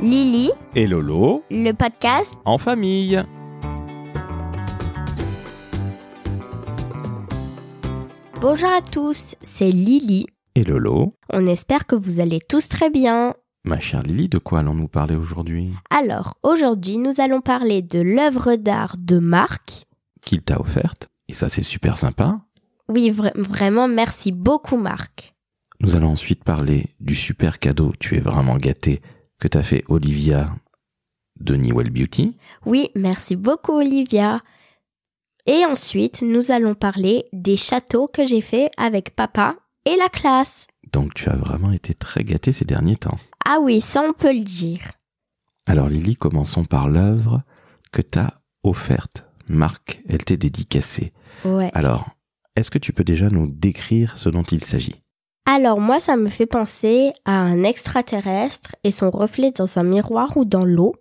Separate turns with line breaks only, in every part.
Lily,
et Lolo
le podcast.
en famille.
Bonjour à tous, c'est Lily.
Et Lolo
On espère que vous allez tous très bien.
Ma chère Lily, de quoi allons-nous parler aujourd'hui
Alors, aujourd'hui, nous allons parler de l'œuvre d'art de Marc.
Qu'il t'a offerte Et ça, c'est super sympa.
Oui, vra- vraiment, merci beaucoup Marc.
Nous allons ensuite parler du super cadeau, tu es vraiment gâté, que t'as fait Olivia de Newell Beauty.
Oui, merci beaucoup Olivia. Et ensuite, nous allons parler des châteaux que j'ai fait avec papa et la classe.
Donc tu as vraiment été très gâté ces derniers temps.
Ah oui, ça on peut le dire.
Alors Lily, commençons par l'œuvre que t'as offerte. Marc, elle t'est dédicacée.
Ouais.
Alors, est-ce que tu peux déjà nous décrire ce dont il s'agit
Alors moi, ça me fait penser à un extraterrestre et son reflet dans un miroir ou dans l'eau.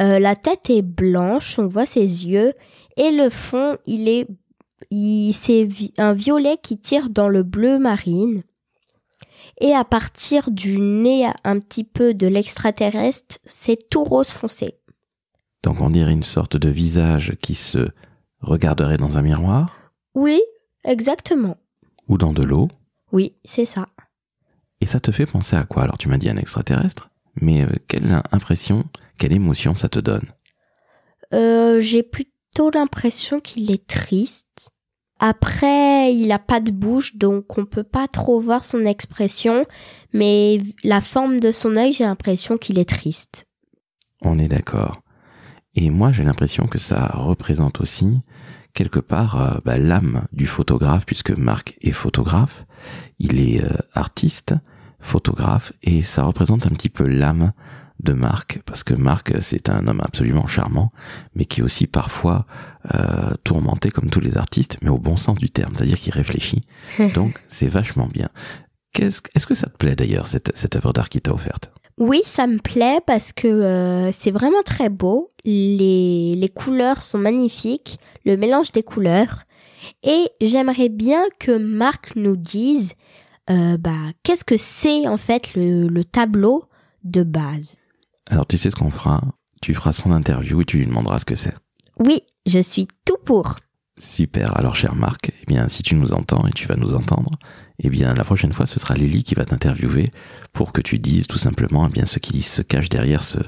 Euh, la tête est blanche, on voit ses yeux et le fond, il est, il- c'est vi- un violet qui tire dans le bleu marine. Et à partir du nez un petit peu de l'extraterrestre, c'est tout rose foncé.
Donc on dirait une sorte de visage qui se regarderait dans un miroir
Oui, exactement.
ou dans de l'eau.
Oui, c'est ça.
Et ça te fait penser à quoi Alors tu m'as dit un extraterrestre, mais euh, quelle impression, quelle émotion ça te donne
Euh, j'ai plutôt l'impression qu'il est triste. Après, il a pas de bouche, donc on peut pas trop voir son expression, mais v- la forme de son œil, j'ai l'impression qu'il est triste.
On est d'accord. Et moi j'ai l'impression que ça représente aussi quelque part euh, bah, l'âme du photographe, puisque Marc est photographe, il est euh, artiste, photographe, et ça représente un petit peu l'âme de Marc, parce que Marc euh, c'est un homme absolument charmant, mais qui est aussi parfois euh, tourmenté comme tous les artistes, mais au bon sens du terme, c'est-à-dire qu'il réfléchit Donc, c'est vachement bien. Qu'est-ce, que- est-ce que ça te plaît d'ailleurs, cette, cette œuvre d'art qui t'a offerte
Oui, ça me plaît parce que euh, c'est vraiment très beau. Les, les couleurs sont magnifiques, le mélange des couleurs. Et j'aimerais bien que Marc nous dise euh, bah, qu'est-ce que c'est en fait le, le tableau de base.
Alors, tu sais ce qu'on fera Tu feras son interview et tu lui demanderas ce que c'est.
Oui, je suis tout pour.
Super. Alors, cher Marc, eh bien, si tu nous entends et tu vas nous entendre, eh bien, la prochaine fois, ce sera Lily qui va t'interviewer pour que tu dises tout simplement eh bien, ce qui se cache derrière ce,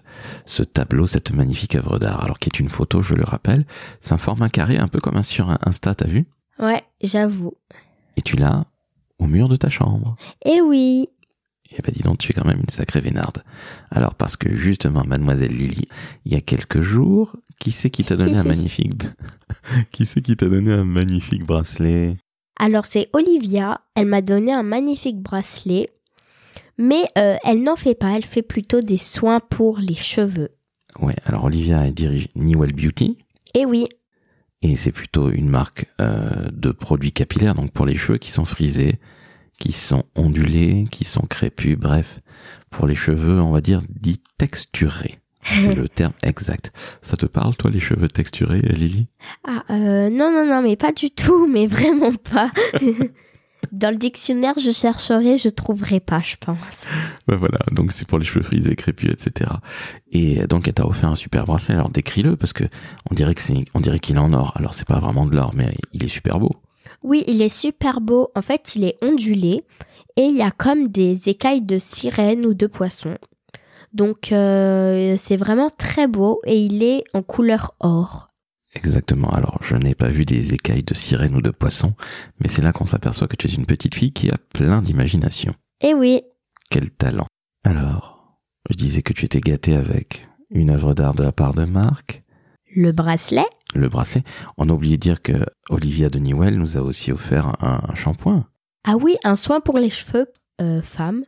ce tableau, cette magnifique œuvre d'art. Alors, qui est une photo, je le rappelle, c'est un format carré, un peu comme un sur un Insta, t'as vu
Ouais, j'avoue.
Et tu l'as au mur de ta chambre.
Eh oui,
Eh ben dis donc, tu es quand même une sacrée vénarde. Alors parce que justement, mademoiselle Lily, il y a quelques jours, qui c'est qui t'a donné un magnifique... qui c'est qui t'a donné un magnifique bracelet
alors c'est Olivia, elle m'a donné un magnifique bracelet, mais euh, elle n'en fait pas, elle fait plutôt des soins pour les cheveux.
Ouais, alors Olivia, elle dirige Newell Beauty,
Eh oui,
et c'est plutôt une marque euh, de produits capillaires, donc pour les cheveux qui sont frisés, qui sont ondulés, qui sont crépus, bref, pour les cheveux, on va dire, dits texturés. C'est le terme exact. Ça te parle, toi, les cheveux texturés, Lily
ah euh, non, non, non, mais pas du tout, mais vraiment pas. Dans le dictionnaire, je chercherai, je trouverai pas, je pense.
Ouais, voilà, donc c'est pour les cheveux frisés, crépus, etc. Et donc elle t'a offert un super bracelet. Alors décris-le parce que on dirait que c'est, on dirait qu'il est en or. Alors c'est pas vraiment de l'or, mais il est super beau.
Oui, il est super beau. En fait, il est ondulé et il y a comme des écailles de sirène ou de poisson. Donc, euh, c'est vraiment très beau et il est en couleur or.
Exactement. Alors je n'ai pas vu des écailles de sirène ou de poisson, mais c'est là qu'on s'aperçoit que tu es une petite fille qui a plein d'imagination.
Eh oui,
Quel talent. Alors, je disais que tu étais gâtée avec une œuvre d'art de la part de Marc.
le bracelet.
Le bracelet. On a oublié de dire que Olivia de Newell nous a aussi offert un- un shampoing.
Ah oui, un soin pour les cheveux euh, femme.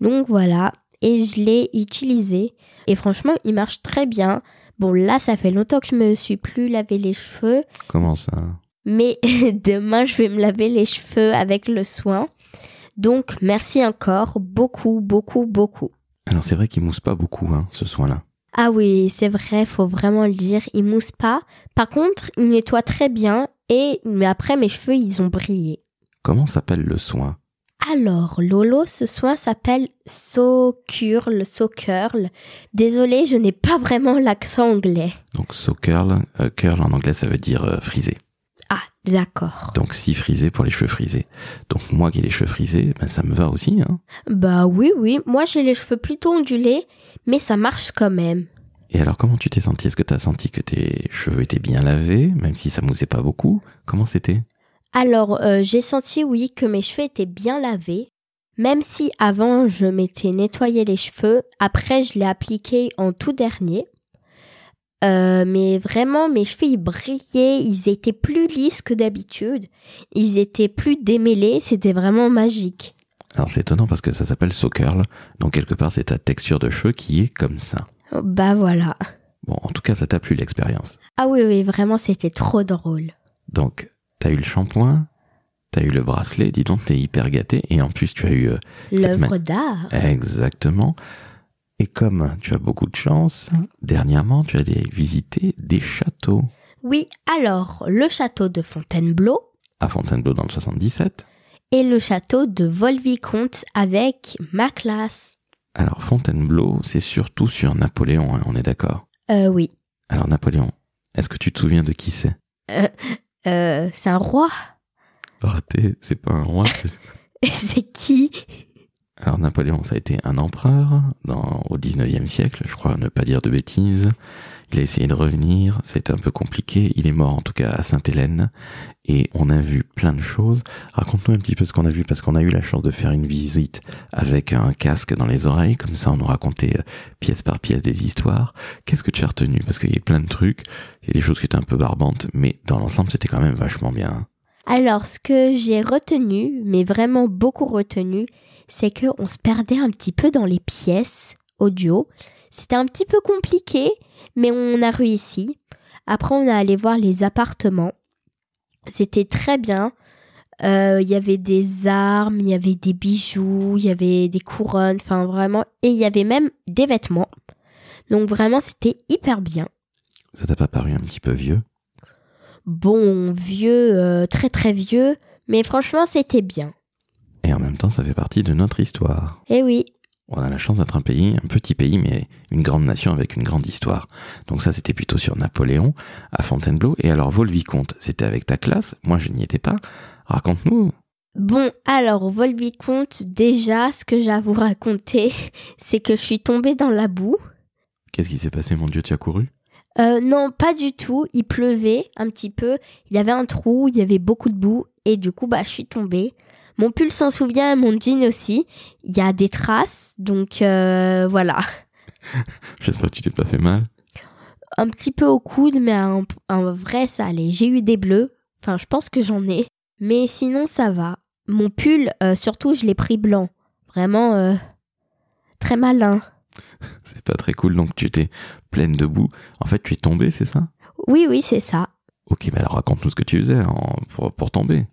Donc voilà, et je l'ai utilisé. Et franchement, il marche très bien. Bon, là, ça fait longtemps que je me suis plus lavé les cheveux.
Comment ça?
Mais demain, je vais me laver les cheveux avec le soin. Donc, merci encore, beaucoup, beaucoup, beaucoup.
Alors c'est vrai qu'il mousse pas beaucoup, hein, ce soin-là.
Ah oui, c'est vrai, faut vraiment le dire, il mousse pas. Par contre, il nettoie très bien et mais après mes cheveux, ils ont brillé.
Comment s'appelle le soin
Alors, Lolo, ce soin s'appelle So-Curl, So-Curl. Désolée, je n'ai pas vraiment l'accent anglais.
Donc so curl, euh, curl en anglais ça veut dire euh, frisé.
Ah, d'accord.
Donc si frisé pour les cheveux frisés. Donc moi qui ai les cheveux frisés, ben, ça me va aussi. Hein.
Bah oui, oui, moi j'ai les cheveux plutôt ondulés, mais ça marche quand même.
Et alors comment tu t'es senti Est-ce que t'as senti que tes cheveux étaient bien lavés, même si ça moussait pas beaucoup Comment c'était
Alors, euh, j'ai senti, oui, que mes cheveux étaient bien lavés. Même si avant je m'étais nettoyé les cheveux, après je l'ai appliqué en tout dernier. Euh, mais vraiment, mes cheveux, ils brillaient, ils étaient plus lisses que d'habitude, ils étaient plus démêlés, c'était vraiment magique.
Alors c'est étonnant parce que ça s'appelle so curl, donc quelque part c'est ta texture de cheveux qui est comme ça.
Oh, Bah voilà.
Bon, en tout cas ça t'a plu l'expérience.
Ah oui, oui, vraiment, c'était trop drôle.
Donc t'as eu le shampoing, t'as eu le bracelet, dis donc t'es hyper gâté, et en plus tu as eu... euh, cette ma-
L'œuvre d'art.
Exactement. Et comme tu as beaucoup de chance, dernièrement tu as des- visité des châteaux
Oui, alors, le château de Fontainebleau
à Fontainebleau dans le 77.
et le château de Volvicomte avec ma classe.
Alors Fontainebleau, c'est surtout sur Napoléon, hein, on est d'accord.
Euh, oui.
Alors Napoléon, est-ce que tu te souviens de qui c'est
Euh, c'est un roi.
Raté, c'est pas un roi. c'est-
c'est qui
Alors Napoléon, ça a été un empereur dans, au 19e siècle, je crois ne pas dire de bêtises. Il a essayé de revenir, c'était un peu compliqué, il est mort en tout cas à Sainte-Hélène et on a vu plein de choses. Raconte-nous un petit peu ce qu'on a vu parce qu'on a eu la chance de faire une visite avec un casque dans les oreilles, comme ça on nous racontait euh, pièce par pièce des histoires. Qu'est-ce que tu as retenu Parce qu'il y a plein de trucs, il y a des choses qui étaient un peu barbantes, mais dans l'ensemble c'était quand même vachement bien. hein.
Alors, ce que j'ai retenu, mais vraiment beaucoup retenu, c'est que on se perdait un petit peu dans les pièces audio. C'était un petit peu compliqué, mais on a réussi. Après, on a allé voir les appartements. C'était très bien. Euh, Il y avait des armes, il y avait des bijoux, il y avait des couronnes, enfin vraiment. Et il y avait même des vêtements. Donc vraiment, c'était hyper bien.
Ça t'a pas paru un petit peu vieux
Bon, vieux, euh, très très vieux, mais franchement, c'était bien.
Et en même temps ça fait partie de notre histoire.
Eh oui,
On a la chance d'être un pays, un petit pays, mais une grande nation avec une grande histoire. Donc ça, c'était plutôt sur Napoléon, à Fontainebleau. Et alors, Volvicomte, c'était avec ta classe. Moi, je n'y étais pas. Raconte-nous.
Bon, alors, au vol vicomte, déjà, ce que j'ai à vous raconter, c'est que je suis tombée dans la boue.
Qu'est-ce qui s'est passé, mon Dieu, tu as couru
Euh, non, pas du tout. Il pleuvait un petit peu. Il y avait un trou, il y avait beaucoup de boue. Et du coup, bah, je suis tombée. Mon pull s'en souvient, mon jean aussi. Il y a des traces, donc euh, voilà.
J'espère que tu t'es pas fait mal.
Un petit peu au coude, mais un, un vrai, ça allait. J'ai eu des bleus. Enfin, je pense que j'en ai. Mais sinon, ça va. Mon pull, euh, surtout, je l'ai pris blanc. Vraiment, euh, très malin.
C'est pas très cool, donc tu t'es pleine de boue. En fait, tu es tombée, c'est ça
Oui, oui, c'est ça.
Ok, bah alors raconte-nous ce que tu faisais en- pour, pour tomber.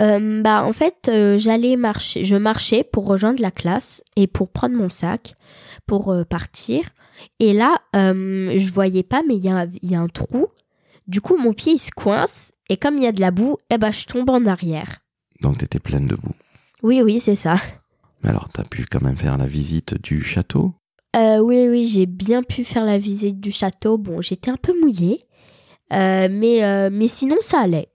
Euh, bah en fait, euh, j'allais marcher, je marchais pour rejoindre la classe et pour prendre mon sac pour euh, partir. Et là, euh, je voyais pas, mais il y a, il y a un trou. Du coup, mon pied il se coince et comme il y a de la boue, eh ben je tombe en arrière.
Donc, t'étais pleine de boue.
Oui, oui, c'est ça.
Mais alors, t'as pu quand même faire la visite du château
Euh, oui, oui, j'ai bien pu faire la visite du château. Bon, j'étais un peu mouillée, euh, mais euh, mais sinon ça allait.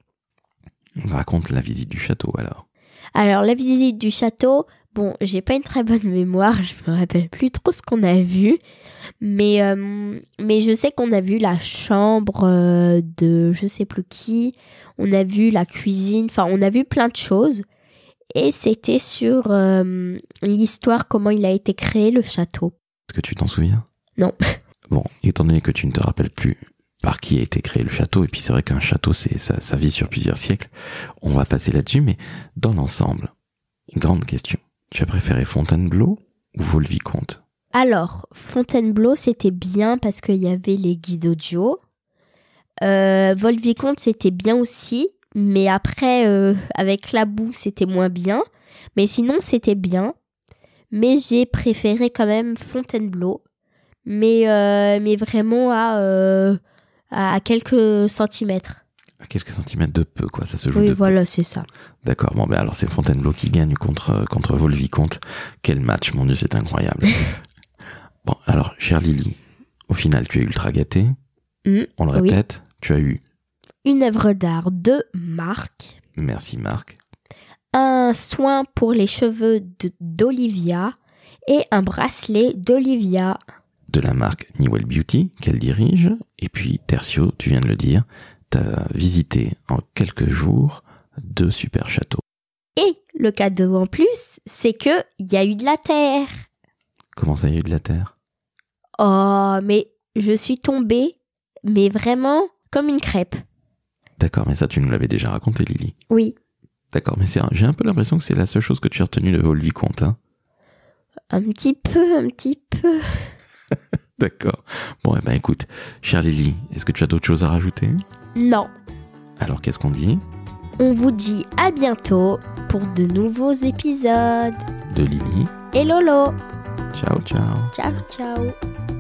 Raconte la visite du château, alors.
Alors, la visite du château, bon, j'ai pas une très bonne mémoire, je me rappelle plus trop ce qu'on a vu, mais, euh, mais je sais qu'on a vu la chambre euh, de je sais plus qui, on a vu la cuisine, enfin, on a vu plein de choses, et c'était sur euh, l'histoire, comment il a été créé le château.
Est-ce que tu t'en souviens
Non.
Bon, étant donné que tu ne te rappelles plus par qui a été créé le château, et puis c'est vrai qu'un château, c'est ça, ça vit sur plusieurs siècles, on va passer là-dessus, mais dans l'ensemble, une grande question. Tu as préféré Fontainebleau ou Vaux-le-Vicomte
Alors, Fontainebleau, c'était bien parce qu'il y avait les guides audio. Euh, Volvicomte, c'était bien aussi. Mais après, euh, avec la boue, c'était moins bien. Mais sinon, c'était bien. Mais j'ai préféré quand même Fontainebleau. Mais, euh, mais vraiment à, euh, à quelques centimètres.
À quelques centimètres de peu, quoi. Ça se joue
Oui,
de peu.
voilà, c'est ça.
D'accord. Bon, ben alors c'est Fontainebleau qui gagne contre contre Volvicomte. Quel match, mon dieu, c'est incroyable. bon, alors chère Lily, au final, tu es ultra gâtée.
Hmm,
On le
oui.
répète, tu as eu
Une œuvre d'art de Marc,
merci Marc,
un soin pour les cheveux de- d'Olivia et un bracelet d'Olivia.
de la marque Newell Beauty qu'elle dirige, et puis Tertio, tu viens de le dire, t'as visité en quelques jours deux super châteaux.
Et le cadeau en plus, c'est que il y a eu de la terre.
Comment ça il y a eu de la terre
Oh, mais je suis tombée, mais vraiment comme une crêpe.
D'accord, mais ça tu nous l'avais déjà raconté, Lily.
Oui.
D'accord, mais c'est un- j'ai un peu l'impression que c'est la seule chose que tu as retenue de Volvicomte. Hein
Un petit peu, un petit peu.
D'accord. Bon, eh ben écoute, chère Lily, est-ce que tu as d'autres choses à rajouter
Non.
Alors qu'est-ce qu'on dit
On vous dit à bientôt pour de nouveaux épisodes.
de Lily
Et Lolo,
Ciao, ciao
ciao ciao.